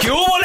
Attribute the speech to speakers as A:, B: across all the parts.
A: ¿Qué hubo,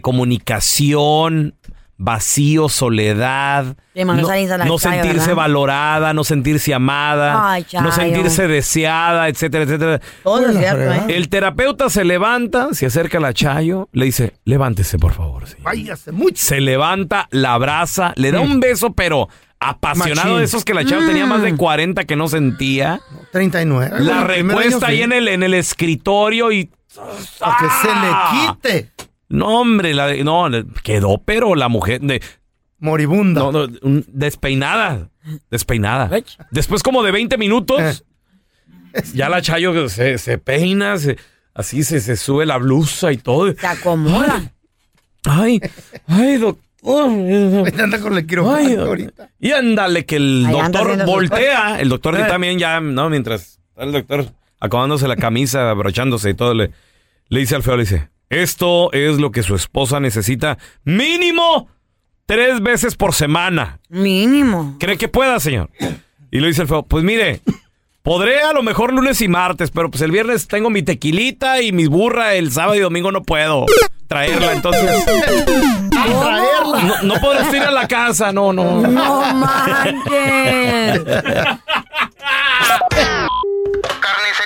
B: comunicación, vacío, soledad,
C: Le
B: no,
C: mandó salir a la
B: no
C: Chayo,
B: sentirse
C: ¿verdad?
B: valorada, no sentirse amada,
C: Ay, Chayo.
B: no sentirse deseada, etcétera, etcétera.
C: Todo
D: Bueno,
C: es cierto,
D: fregada.
C: ¿eh?
B: El terapeuta se levanta, se acerca a la Chayo, le dice, levántese por favor. señor".
D: Váyase mucho.
B: Se levanta, la abraza, le da un beso, pero apasionado
D: Mm. Machín.
B: de esos que la Chayo tenía más de 40 que no sentía.
D: 39.
B: La
D: Bueno, el primer
B: recuesta
D: año
B: ahí
D: sí,
B: en el, en el escritorio y...
D: Para que
B: ¡Ah!
D: se le quite.
B: No, hombre, la, no, quedó, pero la mujer... de-
D: Moribunda.
B: no, no, un- despeinada, despeinada.
C: ¿Ves?
B: Después como de 20 minutos...
D: Eh.
B: Ya la Chayo se, se peina, se- así se, se sube la blusa y todo.
C: Se acomoda.
B: Ay, ay, doctor.
D: Me anda con el
B: Ay,
D: quiropráctico ahorita.
B: doctor. y ándale, que el
C: Ahí anda
B: doctor
C: haciendo sus
B: voltea. El doctor
D: Eh.
B: también ya, ¿no? Mientras está el doctor acomodándose la camisa, abrochándose y todo, le, le dice al feo, le dice, esto es lo que su esposa necesita mínimo tres veces por semana.
C: Mínimo.
B: ¿Cree que pueda, señor? Y le dice el feo, pues mire, podré a lo mejor lunes y martes, pero pues el viernes tengo mi tequilita y mis burra, el sábado y domingo no puedo traerla, entonces
D: Traerla.
B: no, no podrás ir a la casa, no, no.
C: No manches.
E: ¿Carnicería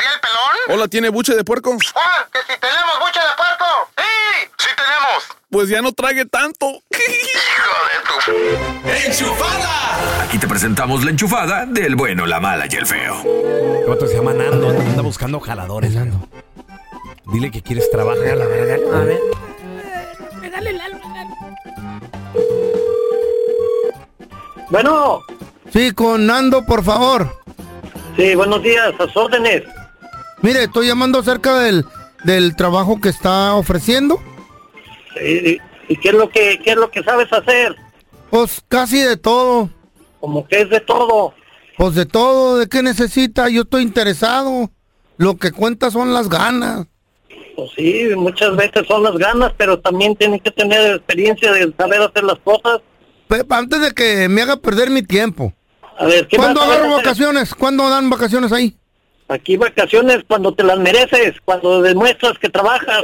E: El Pelón?
F: Hola, ¿tiene buche de puerco?
E: ¡Ah! ¡Que si tenemos bucha de puerco! ¡Sí! ¡Sí tenemos!
F: Pues ya no trague tanto.
E: ¡Hijo de tu... ¡Enchufada!
G: Aquí te presentamos la enchufada del bueno, la mala y el feo.
B: El vato se llama Nando, anda buscando jaladores, Nando. Dile que quieres trabajar. A ver.
E: Bueno,
D: Sí, con Nando, por favor.
E: sí, buenos días, a sus órdenes.
D: Mire, estoy llamando acerca del, del trabajo que está ofreciendo.
E: ¿Y, y- y qué es lo que qué es lo que sabes hacer?
D: Pues casi de todo.
E: Como que es de todo.
D: Pues de todo, ¿de qué necesita? Yo estoy interesado. Lo que cuenta son las ganas.
E: Pues sí, muchas veces son las ganas, pero también tienes que tener experiencia de saber hacer las cosas.
D: Pe- Antes de que me haga perder mi tiempo.
E: A ver, ¿qué
D: ¿Cuándo
E: más sabes
D: agarro
E: hacer?
D: vacaciones? ¿Cuándo dan vacaciones ahí?
E: Aquí vacaciones cuando te las mereces, cuando demuestras que trabajas.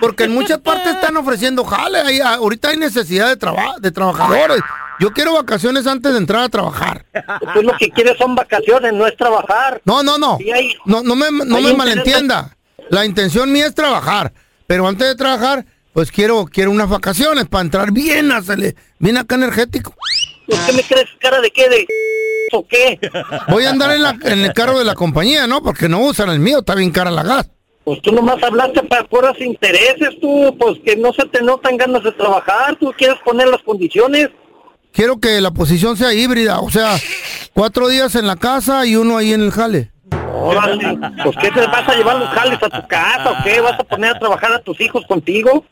D: Porque en muchas partes están ofreciendo jale. ahí, a- ahorita hay necesidad de, traba- de trabajadores. Yo quiero vacaciones antes de entrar a trabajar.
E: Tú lo que quieres son vacaciones, no es trabajar.
D: No, no, no.
E: Sí, hay-
D: No, no me, no
E: hay
D: me
E: intereses.
D: malentienda. La intención mía es trabajar. Pero antes de trabajar, pues quiero, quiero unas vacaciones para entrar bien, hacerle, bien acá energético.
E: ¿Usted Pues, me crees cara de qué? ¿De o qué?
D: Voy a andar en, la- en el carro de la compañía, ¿no? Porque no usan el mío, está bien cara la gas.
E: Pues tú nomás hablaste para puras intereses, tú. Pues que no se te notan ganas de trabajar. Tú quieres poner las condiciones.
D: Quiero que la posición sea híbrida, o sea, cuatro días en la casa y uno ahí en el jale.
E: Órale. Pues ¿qué te vas a llevar los jales a tu casa o qué? ¿Vas a poner a trabajar a tus hijos contigo?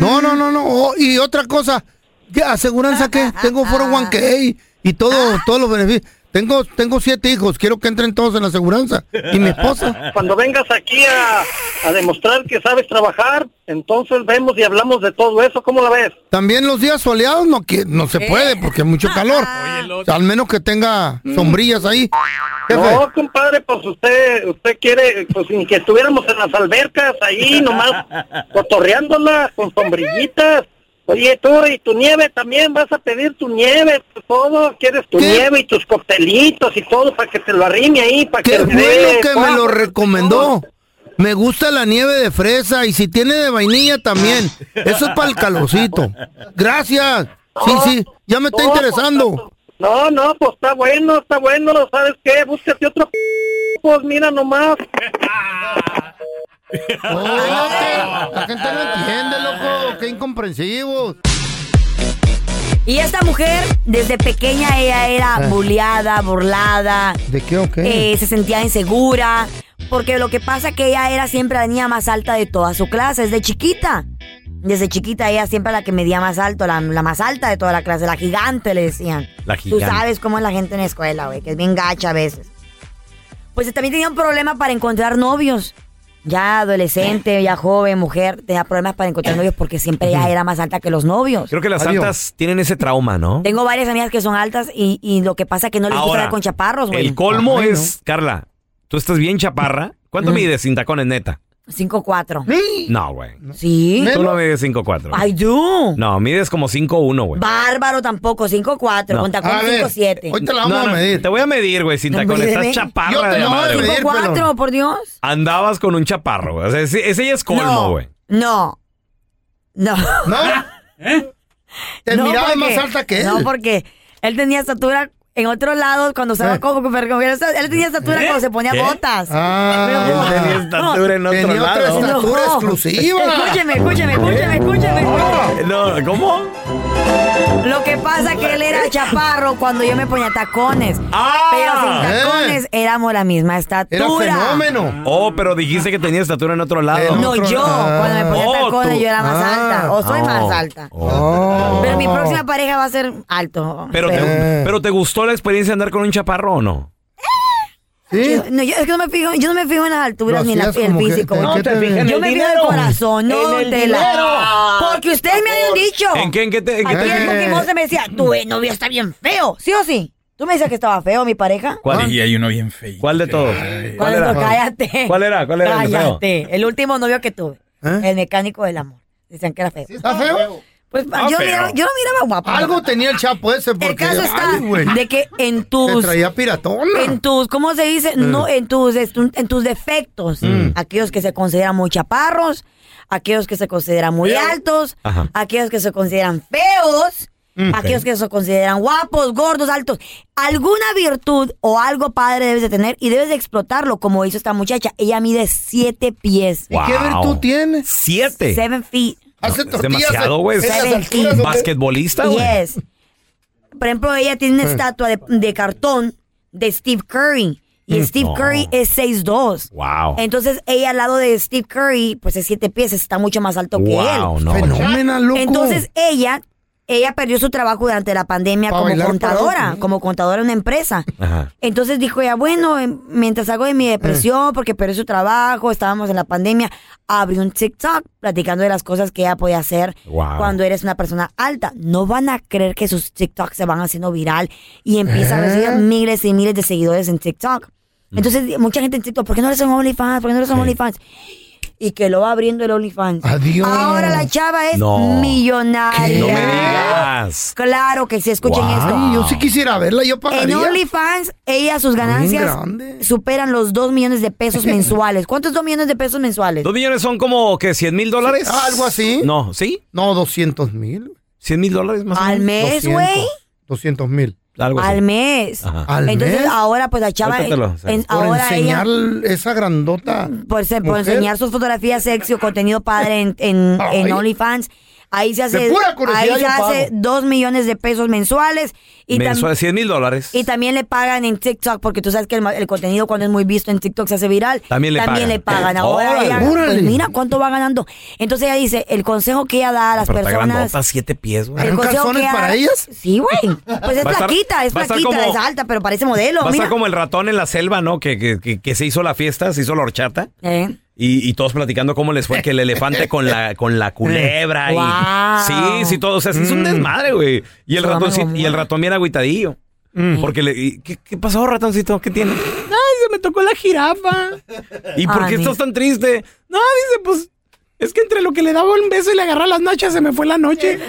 D: No, no, no, no. Oh, y otra cosa, ¿qué aseguranza que tengo 401k y todo, todos los beneficios. Tengo, tengo siete hijos, quiero que entren todos en la aseguranza. Y mi esposa.
E: Cuando vengas aquí a, a demostrar que sabes trabajar, entonces vemos y hablamos de todo eso. ¿Cómo la ves?
D: También los días soleados no, qui- no se puede porque hay mucho calor. Al menos que tenga sombrillas ahí. Jefe,
E: No, compadre, pues usted, usted quiere, pues sin que estuviéramos en las albercas ahí nomás, cotorreándola con sombrillitas. Oye, tú y tu nieve también, vas a pedir tu nieve, pues, todo, quieres tu nieve y tus coctelitos y todo para que te lo arrime ahí, para
D: qué
E: que le
D: bueno
E: dé
D: que me lo
E: sabor.
D: recomendó. Me gusta la nieve de fresa y si tiene de vainilla también. Eso es para el calorcito. Gracias. Sí, sí, ya me está
E: No,
D: interesando.
E: No, no, pues está bueno, está bueno, ¿sabes qué? Búscate otro p- pues mira nomás.
D: La gente no entiende, loco. Qué incomprensivos.
C: Y esta mujer, desde pequeña, ella era
D: Ah.
C: bulleada, burlada,
D: ¿De qué o qué?
C: eh, se sentía insegura, porque lo que pasa que ella era siempre la niña más alta de toda su clase, desde chiquita. Desde chiquita ella siempre la que medía más alto, la, la más alta de toda la clase, la gigante le decían.
B: La
C: Tú
B: gigante.
C: sabes cómo es la gente en la escuela, güey, que es bien gacha a veces. Pues también tenía un problema para encontrar novios. Ya adolescente, ya joven, mujer, tenía problemas para encontrar novios porque siempre ella era más alta que los novios.
B: Creo que las
D: Adiós.
B: santas tienen ese trauma, ¿no?
C: Tengo varias amigas que son altas y, y lo que pasa es que no les gusta
B: Ahora,
C: estar con chaparros, güey.
B: El colmo
D: Ay,
B: es, Carla, tú estás bien chaparra. ¿Cuánto mides sin tacones, neta?
C: 5'4".
D: Sí.
B: No, güey.
C: Sí.
B: Tú no mides 5'4. güey.
C: I do.
B: No, mides como 5'1,
D: pues.
B: güey.
C: Bárbaro tampoco, 5'4".
B: No.
C: Con tacón
D: A ver,
C: 5'7".
D: hoy te la vamos
B: No,
D: a
B: no,
D: medir.
B: Te voy a medir, güey, sin
C: No,
B: tacones.
C: bebé.
B: Estás
D: Yo
B: chaparra
D: te
B: de
D: lo voy a
B: madre, güey.
D: medir.
C: 5'4",
D: pelón.
C: por Dios.
B: Andabas con un chaparro, güey. O sea, ese, ese ya es colmo,
C: no,
B: güey.
C: no. No.
D: ¿No? Te
C: ¿Eh? No,
D: miraba
C: porque-
D: más alta que él.
C: No, porque él tenía estatura en otros lados cuando estaba
D: ¿Eh?
C: como como- como- Él tenía estatura cuando se ponía
B: ¿Qué?
C: botas.
D: Ah,
C: Pero-
B: Tenía estatura en otro
D: Tenía otra
B: lado.
D: estatura
C: No.
D: exclusiva.
C: Escúcheme, escúcheme, escúcheme, escúcheme.
D: Ah.
B: No, ¿cómo?
C: Lo que pasa que él era chaparro cuando yo me ponía tacones. Pero sin
B: ¡Ah!
D: Eh.
C: tacones éramos la misma
D: Era
C: estatura.
D: fenómeno.
B: Oh, pero dijiste que tenía estatura en otro lado.
D: Eh,
C: No,
D: Otro-
C: yo, cuando me ponía
B: Oh,
C: tacones,
B: tú.
C: yo era más
D: Ah,
C: alta. O soy
B: Oh.
C: más alta.
D: Oh.
C: Pero mi próxima pareja va a ser alto.
B: Pero te,
D: Eh.
B: pero te gustó la experiencia de andar con un chaparro o no?
D: ¿Sí?
C: Yo- no, yo, es que no me fijo, yo no me fijo en las alturas
D: Lo
C: ni en la-
D: hacías
C: el
D: como que-
C: físico.
D: ¿en
C: No,
D: qué te fijas en
C: yo me fijo en el corazón, no de la. Porque ustedes me habían dicho.
B: ¿En qué? ¿En qué te? en qué
C: Aquí
B: te-
C: en Cookie Monster me decía, tu eh, novio está bien feo. ¿Sí o sí? ¿Tú me decías que estaba feo mi pareja?
B: ¿Cuál,
F: Y hay uno bien feo.
B: cuál de todos?
C: ¿Cuál, es? No, Cállate.
B: ¿Cuál era? ¿Cuál era el feo?
C: Cállate. El, último novio que tuve.
D: ¿Eh?
C: El mecánico del amor. Decían que era feo.
D: ¿Está feo?
C: Pues
B: Ah,
C: yo, miraba, yo lo miraba guapo.
D: Algo tenía el chapo ese porque...
C: El caso está
D: Ay, güey,
C: de que en
D: Te
C: tus
D: traía Mm. piratona.
C: en tus, ¿cómo se dice? No, en tus, estu- en tus defectos.
D: Mm.
C: Aquellos que se consideran muy chaparros, aquellos que se consideran muy altos,
B: Ajá.
C: aquellos que se consideran feos,
D: Mm.
C: aquellos que se consideran guapos, gordos, altos. Alguna virtud o algo padre debes de tener y debes de explotarlo, como hizo esta muchacha. Ella mide siete pies.
D: ¿Y qué
B: Wow.
D: virtud tiene?
B: Siete.
C: Seven feet.
D: Hace
B: es
D: tortillas
B: demasiado,
D: en-
B: güey.
D: en las
C: Seven
D: alturas,
C: feet.
D: ¿o qué?
B: Basquetbolista, güey.
C: Yes. Por ejemplo, ella tiene una
B: Eh.
C: estatua de, de cartón de Steve Curry. Y Steve
B: Mm, No.
C: Curry es 6'2".
B: Wow.
C: Entonces, ella al lado de Steve Curry, pues es 7 pies, está mucho más alto que
B: Wow,
C: él.
B: no.
D: Fenómeno, loco.
C: Entonces, ella, ella perdió su trabajo durante la pandemia
D: Pa'
C: como
D: bailar
C: contadora,
D: parado.
C: como contadora en una empresa.
B: Ajá.
C: Entonces dijo ella, bueno, em, mientras hago de mi
B: Eh.
C: depresión, porque perdí su trabajo, estábamos en la pandemia, abrió un TikTok platicando de las cosas que ella podía hacer
B: Wow.
C: cuando eres una persona alta. No van a creer que sus TikToks se van haciendo viral y empiezan a recibir
B: Eh.
C: miles y miles de seguidores en TikTok.
B: Mm.
C: Entonces, di- mucha gente en TikTok, ¿por qué no eres un OnlyFans? ¿Por qué no eres un OnlyFans? Y que lo va abriendo el OnlyFans.
D: Adiós.
C: Ahora la chava es
B: No.
C: millonaria.
B: No me digas.
C: Claro que sí, escuchen
B: Wow.
C: esto.
D: Ay, yo sí quisiera verla, yo
C: En
D: pagaría.
C: OnlyFans, ella sus ganancias
D: grande.
C: superan los 2 millones de pesos mensuales. ¿Cuántos 2 millones de pesos mensuales?
B: ¿Dos millones son como que 100 mil dólares?
C: Ah,
D: Algo así.
B: No, ¿sí?
D: No, 200 mil.
B: 100 mil dólares más o
C: Al
B: menos.
C: mes, güey.
D: 200 mil.
B: Algo así.
C: Al mes.
B: Ajá.
D: ¿Al
C: Entonces
D: mes?
C: ahora pues la chava en-
B: Suéltatelo, Sara.
C: en-
D: Por
C: ahora ella
D: enseñar esa grandota.
C: por, ser- por
D: mujer.
C: enseñar sus fotografías sexy o contenido padre en, en- en
D: Ay.
C: OnlyFans. Ahí se hace,
D: De pura curiosidad
C: ahí
D: yo
C: se hace
D: pago.
C: dos millones de pesos mensuales. Y tam-
H: Mensual, 100 mil dólares.
C: y también le pagan en TikTok, porque tú sabes que el, ma- el contenido cuando es muy visto en TikTok se hace viral.
H: También le pagan.
C: pagan.
H: Eh,
C: Ahora
H: órale.
C: ella,
D: Órale.
C: pues mira cuánto va ganando. Entonces ella dice, el consejo que ella da a las
H: Pero está
C: personas...
H: grandota, siete pies, güey.
C: el
D: ¿Son
C: consejo
D: calzones
C: que ella da-
D: para ellas?
C: Sí, güey. Pues es
H: Va a estar-
C: plaquita, es
H: va a estar
C: plaquita,
H: como-
C: es alta, pero parece modelo.
H: Va a
C: mira.
H: estar como el ratón en la selva, ¿no? Que, que- que- que se hizo la fiesta, se hizo la horchata.
C: Eh.
H: Y, y todos platicando cómo les fue que el elefante con la con la culebra y
C: Wow.
H: sí, sí todo, o sea, sí es un desmadre, güey. Y el
C: Suena
H: ratoncito
C: como-
H: y el ratón bien agüitadillo. Porque le y- ¿qué, qué pasó, ratoncito? ¿Qué tiene? Mm. Ay, se me tocó la jirafa. ¿Y por
C: Ay,
H: qué
C: mira.
H: estás tan triste? No, dice, pues es que entre lo que le daba un beso y le agarraba las nachas se me fue la noche.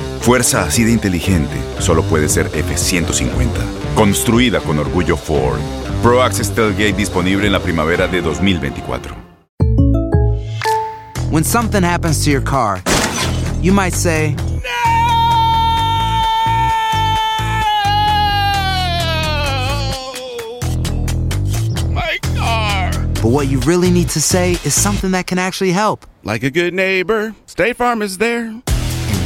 A: Fuerza así de inteligente solo puede ser F-150. Construida con orgullo Ford. Pro Access Tailgate disponible en la primavera de 2024.
I: When something happens to your car, you might say,
F: My car.
I: but what you really need to say is something that can actually help.
J: Like a good neighbor, State Farm is there.
I: And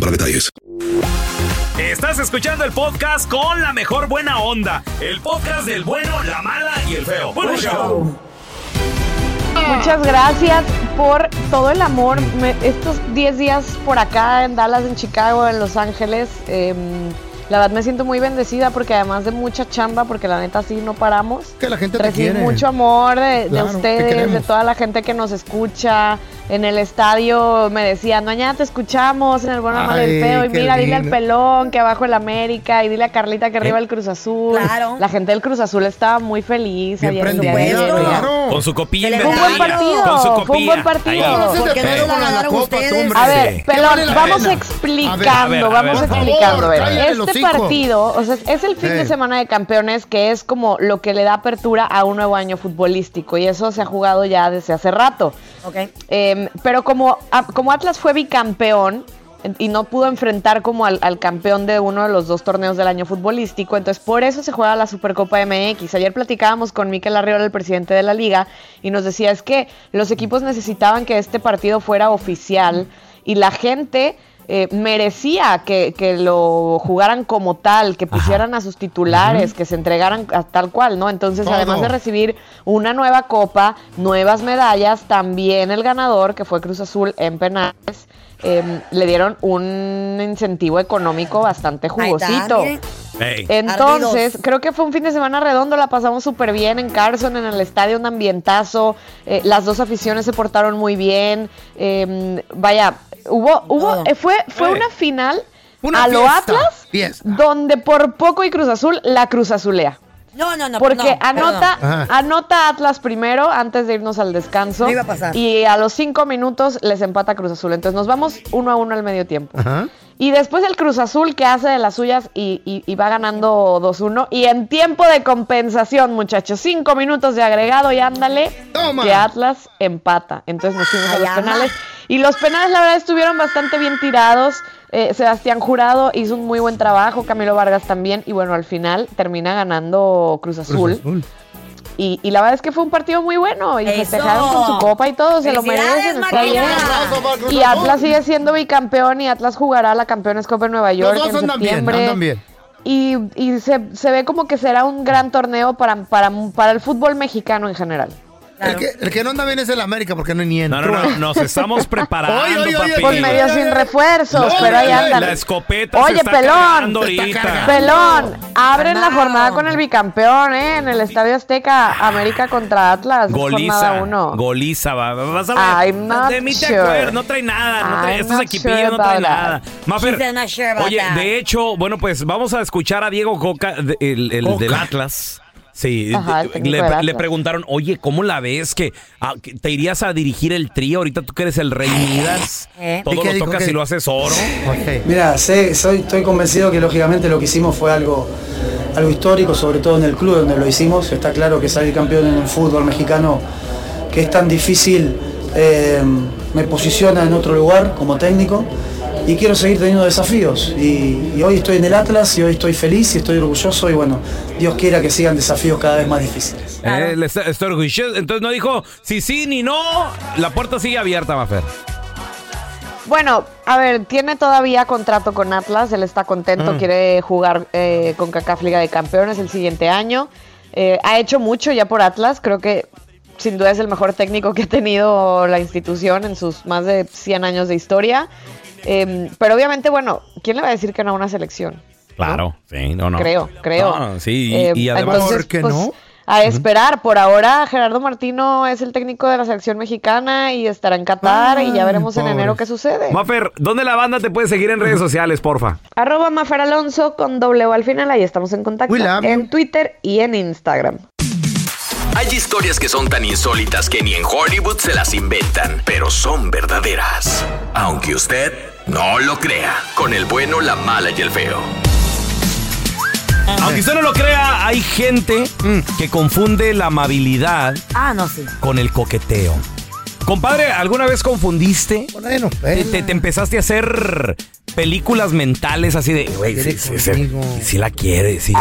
G: para detalles.
B: Estás escuchando el podcast con la mejor buena onda. El podcast del bueno, la mala y el feo. Bueno, show.
K: Muchas gracias por todo el amor. Me- estos 10 días por acá en Dallas, en Chicago, en Los Ángeles, eh, la verdad me siento muy bendecida porque además de mucha chamba, porque la neta sí no paramos,
D: Que la gente te
K: recibí
D: quiere.
K: mucho amor de, de
D: Claro, te
K: ustedes, de
D: queremos.
K: toda la gente que nos escucha. En el estadio me decían, mañana te escuchamos en el Bueno, Malo y el
D: Ay,
K: Feo. Y
D: qué ¿Eh?
K: mira, dile al
D: lindo.
K: Pelón que abajo el América y dile a Carlita que arriba el Cruz Azul.
C: Claro.
K: La gente del Cruz Azul estaba muy feliz.
D: Bien
K: ayer en el día
D: prendida,
K: de
C: supuesto.
K: hoy.
D: claro.
B: Con su copilla
C: Se le
K: Fue un buen
B: inventada.
K: partido.
B: Con su
K: Fue un buen
B: copilla. Ahí va.
K: partido.
D: Ese
C: ¿Por qué no
D: te
C: la
D: con la
C: ganaron
D: copa,
C: ustedes?
D: tú, hombre.
K: A
D: ¿Qué
K: ver,
D: vale
K: Pelón,
D: la
K: vamos
D: pena? A ver,
K: explicando,
B: a ver,
K: vamos
B: a ver.
D: Por
K: explicando.
D: favor,
K: eh.
D: cállate el
K: Este
D: hocico.
K: partido, o sea, es el fin
D: Eh.
K: de semana de campeones que es como lo que le da apertura a un nuevo año futbolístico y eso se ha jugado ya desde hace rato.
C: Ok.
K: Eh, pero como, a- como Atlas fue bicampeón en- y no pudo enfrentar como al, al campeón de uno de los dos torneos del año futbolístico, entonces por eso se juega la Supercopa MX. Ayer platicábamos con Miquel Arriola, el presidente de la liga, y nos decía es que los equipos necesitaban que este partido fuera oficial y la gente... eh, merecía que, que lo jugaran como tal, que pusieran a sus titulares, que se entregaran a tal cual, ¿no? Entonces,
D: Todo.
K: además de recibir una nueva copa, nuevas medallas. También el ganador, que fue Cruz Azul en penales, eh, le dieron un incentivo económico bastante
C: Ahí está,
K: jugosito.
C: miren.
H: Ey.
K: Entonces,
C: Ardidos.
K: creo que fue un fin de semana redondo, la pasamos súper bien en Carson, en el estadio, un ambientazo, eh, las dos aficiones se portaron muy bien, eh, vaya, hubo, hubo,
C: Todo.
K: eh, fue, fue
B: Eh.
K: una final
D: Una
K: a lo
D: fiesta,
K: Atlas,
D: fiesta.
K: donde por poco y Cruz Azul la Cruz Azulea.
C: No, no, no. no,
K: Porque
C: perdón.
K: anota,
D: Ajá.
K: anota Atlas primero antes de irnos al descanso.
C: No iba a pasar.
K: Y a los cinco minutos les empata Cruz Azul. Entonces nos vamos uno a uno al medio tiempo.
D: Ajá.
K: Y después el Cruz Azul que hace de las suyas y, y- y va ganando 2-1. Y en tiempo de compensación, muchachos, cinco minutos de agregado y ándale
D: Toma.
K: que Atlas empata. Entonces nos fuimos a
C: Ay,
K: los
C: ama.
K: penales. Y los penales, la verdad, estuvieron bastante bien tirados. Eh, Sebastián Jurado hizo un muy buen trabajo, Camilo Vargas también. Y bueno, al final termina ganando Cruz Azul. Y, y la verdad es que fue un partido muy bueno. Y
C: ¡Eso!
K: festejaron con su copa y todo, se lo
C: ¡Felicidades,
K: merecen. Está
C: Mariana!
K: bien.
D: Un aplauso para Cruz
K: Y
D: Azul.
K: Atlas sigue siendo bicampeón y Atlas jugará la Campeones Copa en Nueva York
D: dos
K: en
D: andan bien,
K: septiembre.
D: andan bien.
K: y, y se, se ve como que será un gran torneo para, para, para el fútbol mexicano en general.
D: El, que, el que no anda bien es el América porque no ni entró.
B: No, no, no, nos estamos preparando,
D: Oye, oye, oye,
B: papi.
K: Pues medio sin refuerzos,
B: No,
K: pero ahí
B: la-
K: andan.
B: La escopeta se
K: Oye,
B: está
K: pelón.
B: cargando ahorita.
K: Pelón, abren la jornada con el bicampeón, ¿eh? En el Estadio Azteca, América contra Atlas. Jornada
B: Goliza,
K: uno.
B: goliza, va- va- vas a ver.
K: I'm not
B: de mí te
K: sure.
B: acuerdas, no trae nada, no trae,
K: I'm
B: estos
K: not
B: equipillos
K: sure
B: no
K: about
B: traen
K: that.
B: nada. Mafer,
C: She's not sure about
B: oye,
C: that.
B: de hecho, bueno, pues vamos a escuchar a Diego Coca, de- el, el del Atlas. Sí,
K: Ajá, el
B: le-
K: técnico
B: le,
K: del Atlas.
B: preguntaron, oye, ¿cómo la ves? Que, ah, que ¿Te irías a dirigir el trío? Ahorita tú que eres el rey Midas.
L: ¿Eh? ¿Y
B: Todo
L: qué
B: lo
L: dijo?
B: tocas
L: ¿Qué?
B: y lo haces oro.
L: Mira, sé, soy, estoy convencido que lógicamente lo que hicimos fue algo, algo histórico, sobre todo en el club donde lo hicimos. Está claro que salir campeón en el fútbol mexicano, que es tan difícil, eh, me posiciona en otro lugar como técnico y quiero seguir teniendo desafíos. Y, y hoy estoy en el Atlas y hoy estoy feliz y estoy orgulloso y bueno, Dios quiera que sigan desafíos cada vez más difíciles.
B: Eh, le está- estoy orgulloso. Entonces no dijo sí, sí ni no. La puerta sigue abierta, Mafer.
K: Bueno, a ver, tiene todavía contrato con Atlas, él está contento,
B: Mm.
K: quiere jugar eh, con CACAF Liga de Campeones el siguiente año. Eh, ha hecho mucho ya por Atlas, creo que sin duda es el mejor técnico que ha tenido la institución en sus más de 100 años de historia. Eh, pero obviamente, bueno, ¿quién le va a decir que no a una selección?
B: Claro, sí, no, no.
K: Creo, creo.
B: No, sí, y,
K: Eh,
B: y además.
K: entonces, pues, A esperar, por ahora Gerardo Martino es el técnico de la selección mexicana y estará en Qatar y
B: Ah,
K: ya veremos en enero qué sucede.
B: Mafer, ¿dónde la banda te puede seguir en redes sociales, porfa?
K: Arroba Mafer Alonso con doble O al final, ahí estamos en contacto. En Twitter y en Instagram.
M: Hay historias que son tan insólitas que ni en Hollywood se las inventan, pero son verdaderas. Aunque usted no lo crea, con el bueno, la mala y el feo.
B: Aunque usted no lo crea, hay gente que confunde la amabilidad
C: Ah, no, sí.
B: con el coqueteo. Compadre, ¿alguna vez confundiste?
D: eh.
B: Te, te- te empezaste a hacer películas mentales así de, güey, si, la quiere, si,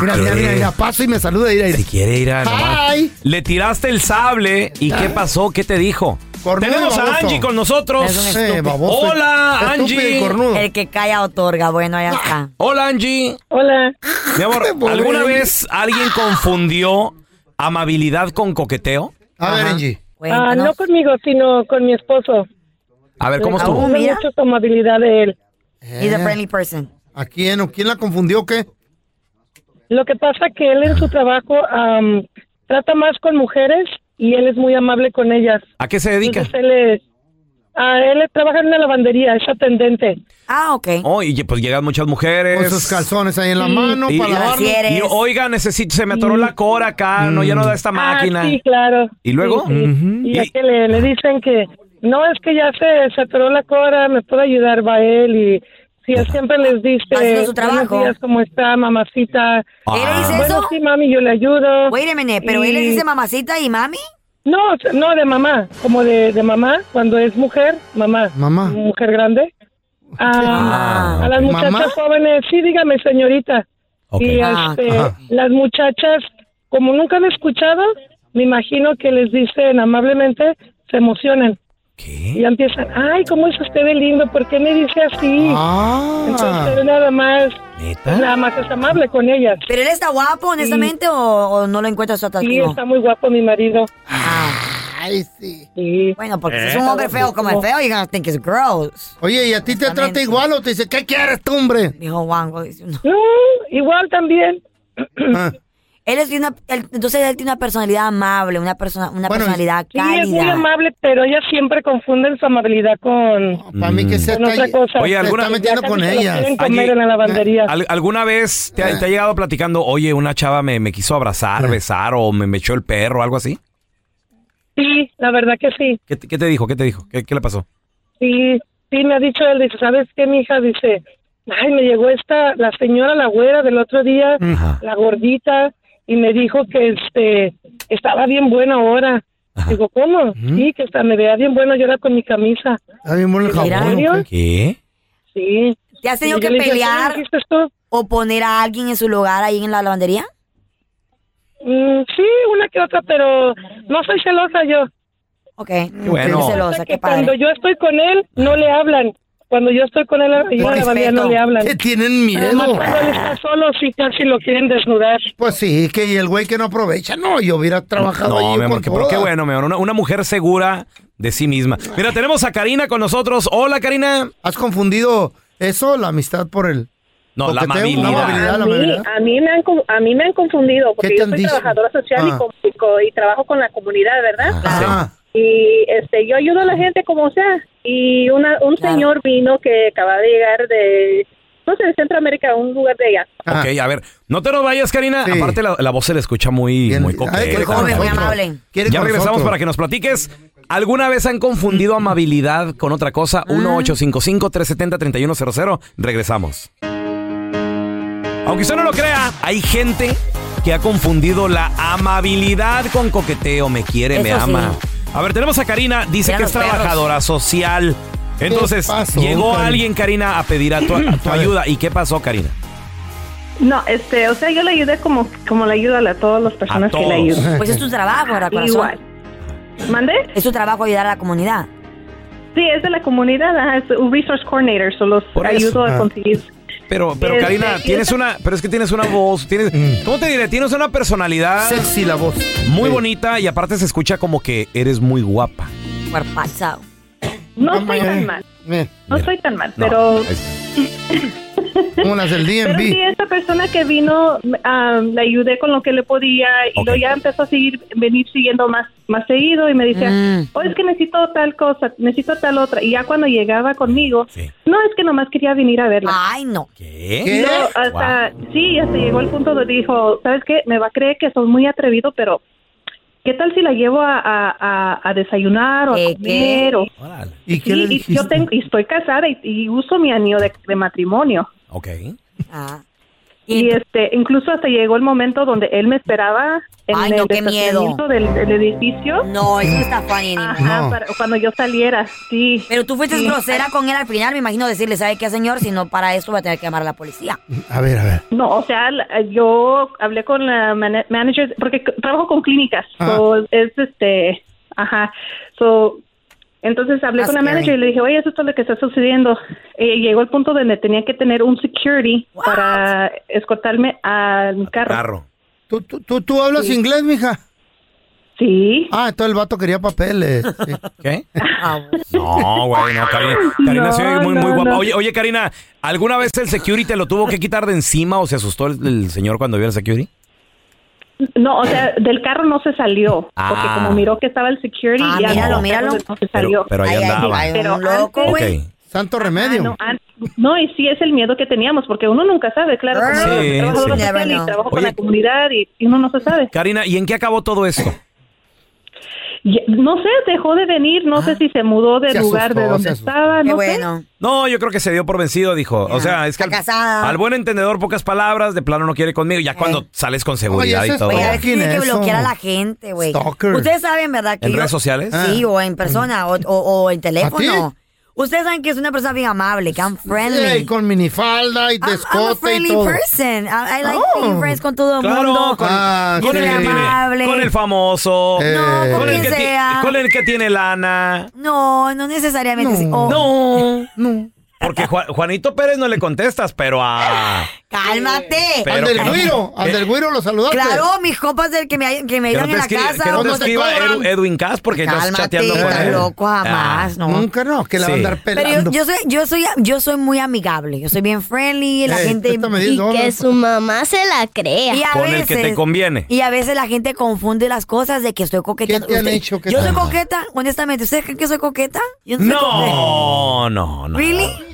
D: Mira, mira, mira, mira, paso y me saluda. Mira, mira.
B: Si quiere ir a nomás.
D: Hi.
B: Le tiraste el sable y ¿qué pasó? ¿Qué te dijo?
D: Ah. Cornudo,
B: Tenemos a
D: baboso.
B: Angie con
C: Es un
B: nosotros.
C: estúpido.
B: Hola, Angie.
C: El que calla otorga, bueno, ya está.
B: Hola, Angie.
N: Hola.
B: Mi amor,
C: Pobre
B: ¿alguna
C: Angie.
B: vez alguien confundió amabilidad con coqueteo?
D: A ver, Angie.
N: Ah, no conmigo, sino con mi esposo.
B: A ver,
N: Le
B: ¿cómo estuvo?
N: gusta mucho su amabilidad de él.
C: He's a friendly person.
D: ¿A quién o quién la confundió o qué?
N: Lo que pasa que él en su trabajo am, trata más con mujeres y él es muy amable con ellas.
B: ¿A qué se dedica?
N: Entonces él, es- ah, él trabaja en una lavandería, es atendente.
C: Ah, ok.
N: Este,
B: Oh, y pues llegan muchas mujeres.
D: Con sus calzones ahí en la mano
B: Y-
D: para
B: y-
D: lavarlos.
B: Y oiga, necesito, se me atoró la cora acá, no, ya no da esta máquina.
N: Mm. Ah, sí, claro.
B: ¿Y luego?
N: Sí, sí. Y a que le, le dicen que no es que ya se saturó la cora, me puede ayudar va él y si él siempre les dice
C: Haciendo su
N: "Buenos
C: trabajo.
N: días, cómo está mamacita.
C: ¿Él le dice
N: Bueno,
C: eso?
N: sí, mami, yo le ayudo.
C: Wait a minute, pero
N: Y-
C: él le dice mamacita y mami.
N: No, no de mamá, como de, de mamá cuando es mujer, mamá.
D: Mamá.
N: Mujer grande. A,
D: Ah,
N: a las
D: ok.
N: muchachas
D: ¿Mamá?
N: jóvenes, sí, dígame, señorita. Y
D: Ah,
N: este,
D: ajá.
N: las muchachas, como nunca han escuchado, me imagino que les dicen amablemente, se emocionan. Y ya empiezan, ay, ¿cómo es usted de lindo? ¿Por qué me dice así?
D: Ah.
N: Entonces, él nada más, nada más es amable con ellas.
C: ¿Pero él está guapo, honestamente, o, o no lo encuentras su
N: Sí,
C: atractivo?
N: está muy guapo mi marido.
C: Ay, sí.
N: Bueno,
C: porque si es un hombre feo como el feo, you're gonna think it's gross.
D: Oye, ¿y a ti te trata igual o te dice, ¿qué quieres tú, hombre?
C: Dijo Wango, dice uno.
N: No, igual también.
D: Ah,
C: Él es de una, él- entonces él tiene una personalidad amable, una persona, una personalidad
N: Sí, es muy
C: cálida.
N: amable, pero ellas siempre confunden su amabilidad con,
D: para mí que se
N: con otra
D: calle-
N: cosa.
B: Oye, alguna
N: Quieren comer
B: Angie,
N: en la lavandería.
B: ¿al- ¿Alguna vez te, ha- te ha llegado platicando, oye, una chava me, me quiso abrazar, besar o me, me echó el perro o algo así?
N: Sí, la verdad que sí.
B: ¿Qué, te- qué te dijo? ¿Qué te dijo? ¿Qué, qué le pasó?
N: Sí, sí, me ha dicho él, dice, ¿sabes qué, mija? Dice, ay, me llegó esta, la señora, la güera del otro día,
B: Ajá.
N: la gordita, y me dijo que este, estaba bien buena ahora. Digo, ¿cómo? Sí, que está, me veía bien buena yo era con mi camisa.
D: Está bien bueno el
N: Mira,
D: jabón.
N: Dios.
D: ¿o qué?
B: ¿Qué?
N: Sí.
C: ¿Te has tenido
N: Y yo
C: que
N: le dije, ¿cómo
C: pelear o poner a alguien en su lugar ahí en la lavandería?
N: Mm, sí, una que otra, pero no soy celosa yo.
C: Ok.
B: bueno.
C: No soy celosa, qué
N: Cuando
C: padre.
N: yo estoy con él, no le hablan. Cuando yo estoy con él, yo a la María no le hablan.
D: Que tienen miedo.
N: Además, cuando él está solo, sí, casi lo quieren desnudar.
D: Pues sí, que y el güey que no aprovecha, no, yo hubiera trabajado
B: No,
D: allí
B: mi amor,
D: por
B: que- pero qué
D: todas.
B: bueno, mi amor. Una, una mujer segura de sí misma. Mira, tenemos a Karina con nosotros. Hola, Karina.
D: ¿Has confundido eso, la amistad por el
B: No, la
D: coqueteo?
B: amabilidad.
D: amabilidad, la
O: a, mí,
D: amabilidad?
O: a mí me han, con- a mí me han confundido
D: ¿Qué
O: porque
D: te
O: yo
D: han
O: soy
D: dicho?
O: trabajadora social y
D: Ah.
O: com- y, co- y trabajo con la comunidad, ¿verdad?
B: Ah,
O: Y este, yo ayudo a la gente como sea. Y una, un señor vino que acaba de llegar de, no sé, de Centroamérica, un lugar de allá.
D: Ah.
B: Ok, a ver, no te nos vayas, Karina. Aparte, la, la voz se le escucha muy, muy coqueta.
D: Quiere
B: Ya
D: ah. con
B: regresamos
D: nosotros.
B: para que nos platiques. ¿Alguna vez han confundido amabilidad con otra
H: Ah.
B: cosa? 1-855-370-3100. Regresamos. Aunque usted no lo crea, hay gente que ha confundido la amabilidad con coqueteo. Me quiere, me
H: Eso sí.
B: ama. A ver, tenemos a Karina. Dice
H: Mira
B: que es
H: los perros.
B: trabajadora social.
H: ¿Qué
B: Entonces,
H: pasó,
B: llegó
H: Karina?
B: alguien, Karina, a pedir a tu, a tu ayuda. ¿Y qué pasó, Karina?
O: No, este, o sea, yo le ayudé como, como le ayudo a, la- a todas las personas que le
B: todos.
O: ayudan.
C: Pues es tu trabajo, ahora, corazón.
O: Igual. ¿Mande?
C: Es tu trabajo ayudar a la comunidad.
O: Sí, es de la comunidad, ajá, es un resource coordinator, solo los
B: Por eso.
O: ayudo
B: Ah.
O: a conseguir.
B: Pero, pero
O: Este,
B: Karina,
O: yo
B: tienes
O: te-
B: una, pero es que tienes una voz, tienes, ¿cómo te diré? Tienes una personalidad
D: sexy la voz,
B: muy bonita y aparte se escucha como que eres muy guapa.
C: Cuerpazo.
O: No soy tan mal,
D: Eh,
O: no soy tan mal,
B: No,
O: pero
D: Como eh, las del
O: Pero sí,
D: DMV.
O: esta persona que vino, ah, le ayudé con lo que le podía y luego ya empezó a seguir, venir siguiendo más, más seguido y me decía, oh, es que necesito tal cosa, necesito tal otra. Y ya cuando llegaba conmigo, no, es que nomás quería venir a verla.
C: Ay, no.
O: No, hasta, Sí, hasta llegó el punto donde dijo, ¿sabes qué? Me va a creer que soy muy atrevido, pero ¿qué tal si la llevo a, a- a- a desayunar o a
C: ¿Qué,
O: comer?
C: qué?
O: o-
D: ¿Y qué
O: Sí,
D: le
O: y
D: dijiste?
O: yo tengo, y estoy casada y, y uso mi anillo de, de matrimonio.
B: Ok.
C: Ah.
O: Y este, incluso hasta llegó el momento donde él me esperaba en
C: Ay,
O: el
C: no, qué
O: estacionamiento Del, del edificio.
C: No, eso no está funny
O: Ajá, para- cuando yo saliera, sí.
C: Pero tú fuiste
O: Sí.
C: grosera con él al final, me imagino decirle, ¿sabe qué, señor? Si no, para eso va a tener que llamar a la policía.
D: A ver, a ver.
O: No, o sea, la- yo hablé con la mana- manager porque c- trabajo con clínicas, so, es este, ajá, so entonces hablé
C: That's
O: con la
C: scary.
O: manager y le dije, oye, eso es todo lo que está sucediendo. Eh, llegó el punto donde tenía que tener un security para escoltarme al carro.
D: ¿Tú, tú, tú, tú hablas inglés, mija?
O: Sí.
D: Ah, entonces el vato quería papeles.
B: ¿Qué?
C: Ah,
O: Ah,
B: No, güey, no, Karina. Karina
D: No,
B: se oye muy, muy
D: no,
B: guapa.
D: no.
B: Oye, oye, Karina, ¿alguna vez el security te lo tuvo que quitar de encima o se asustó el, el señor cuando vio el security?
O: No, o sea, del carro no se salió, porque
B: Ah.
O: como miró que estaba el security,
C: Ah,
O: ya
C: míralo,
O: no,
C: míralo.
O: no se salió.
B: pero ahí Ay, ay, andaba. ay, un
O: Pero
C: loco,
O: antes-
B: güey. Ok.
D: Santo remedio.
O: Ah, no, an- no, y sí es el miedo que teníamos, porque uno nunca sabe, claro. como
B: Sí,
O: yo trabajo con
B: sí.
O: la
B: Never
O: social
B: know.
O: y trabajo con
B: Oye.
O: la comunidad y, y uno no se sabe.
B: Karina, ¿y en qué acabó todo esto?
O: Y- no sé, dejó de venir, no
P: Ah.
O: sé si se mudó del
B: Se
O: lugar de
B: asustó, se
O: donde
B: asustó.
O: estaba,
C: Qué
O: no
C: bueno.
B: No, yo creo que se dio por vencido, dijo. O sea, es que al,
C: Está casada.
B: al buen entendedor, pocas palabras, de plano no quiere conmigo. Ya cuando sales con seguridad
C: Oye,
B: y todo.
C: Oye, a veces tiene que bloquear a la gente, güey.
B: Stalker.
C: Ustedes saben, ¿verdad? Que
B: ¿En
C: yo-
B: redes sociales?
C: Sí,
B: Ah.
C: o en persona, o, o- o en
D: ¿A
C: teléfono. Ustedes saben que es una persona bien amable, que I'm friendly.
D: Ey, con minifalda y
C: I'm- I'm a
D: descote y
C: friendly
D: todo. Oh.
C: person. I, I like being friends con todo el mundo. Ah.
B: Claro, con, con
C: Soy
B: el que
C: amable.
B: tiene, con el famoso,
D: Eh,
C: No, con
B: con, el
C: quien
B: que ti-
C: sea.
B: con el que tiene lana.
C: No, no necesariamente. sí. Oh,
B: No. Porque Ju- Juanito Pérez no le contestas, pero a...
C: Cálmate.
B: Pero
D: al del
B: que no- Eh,
D: güiro, al
B: que-
D: del güiro lo saludaste.
C: Claro, mis copas del que me, que me
B: Que
C: ayudan
B: no te,
C: en la
B: escriba-
C: casa.
B: que no te
C: unos de
B: escriba
C: cobran.
B: Edu- Edwin Cass porque estás
C: Cálmate,
B: chateando con
C: estás
B: él. Ah.
C: loco jamás, no.
D: Nunca no, que la va a
B: Sí.
D: andar
C: Pero
D: pelando.
C: yo, yo soy, yo soy, yo soy muy amigable, yo soy bien friendly, la
D: Ey,
C: gente
D: esta Eh, me dice, Y no, que no. su
C: mamá se la crea.
B: Con el que te conviene.
C: Y a veces la gente confunde las cosas de que estoy coqueteando.
D: ¿Qué te han
C: Usted-
D: hecho que
C: yo
D: te-
C: soy coqueta, honestamente. ¿Ustedes creen que soy coqueta? Yo soy
B: No, no, no.
C: ¿Really?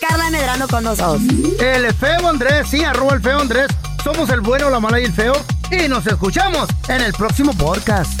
C: Carla Medrano con nosotros.
D: El feo Andrés, sí, arroba el feo Andrés. Somos el bueno, la mala y el feo. Y nos escuchamos en el próximo podcast.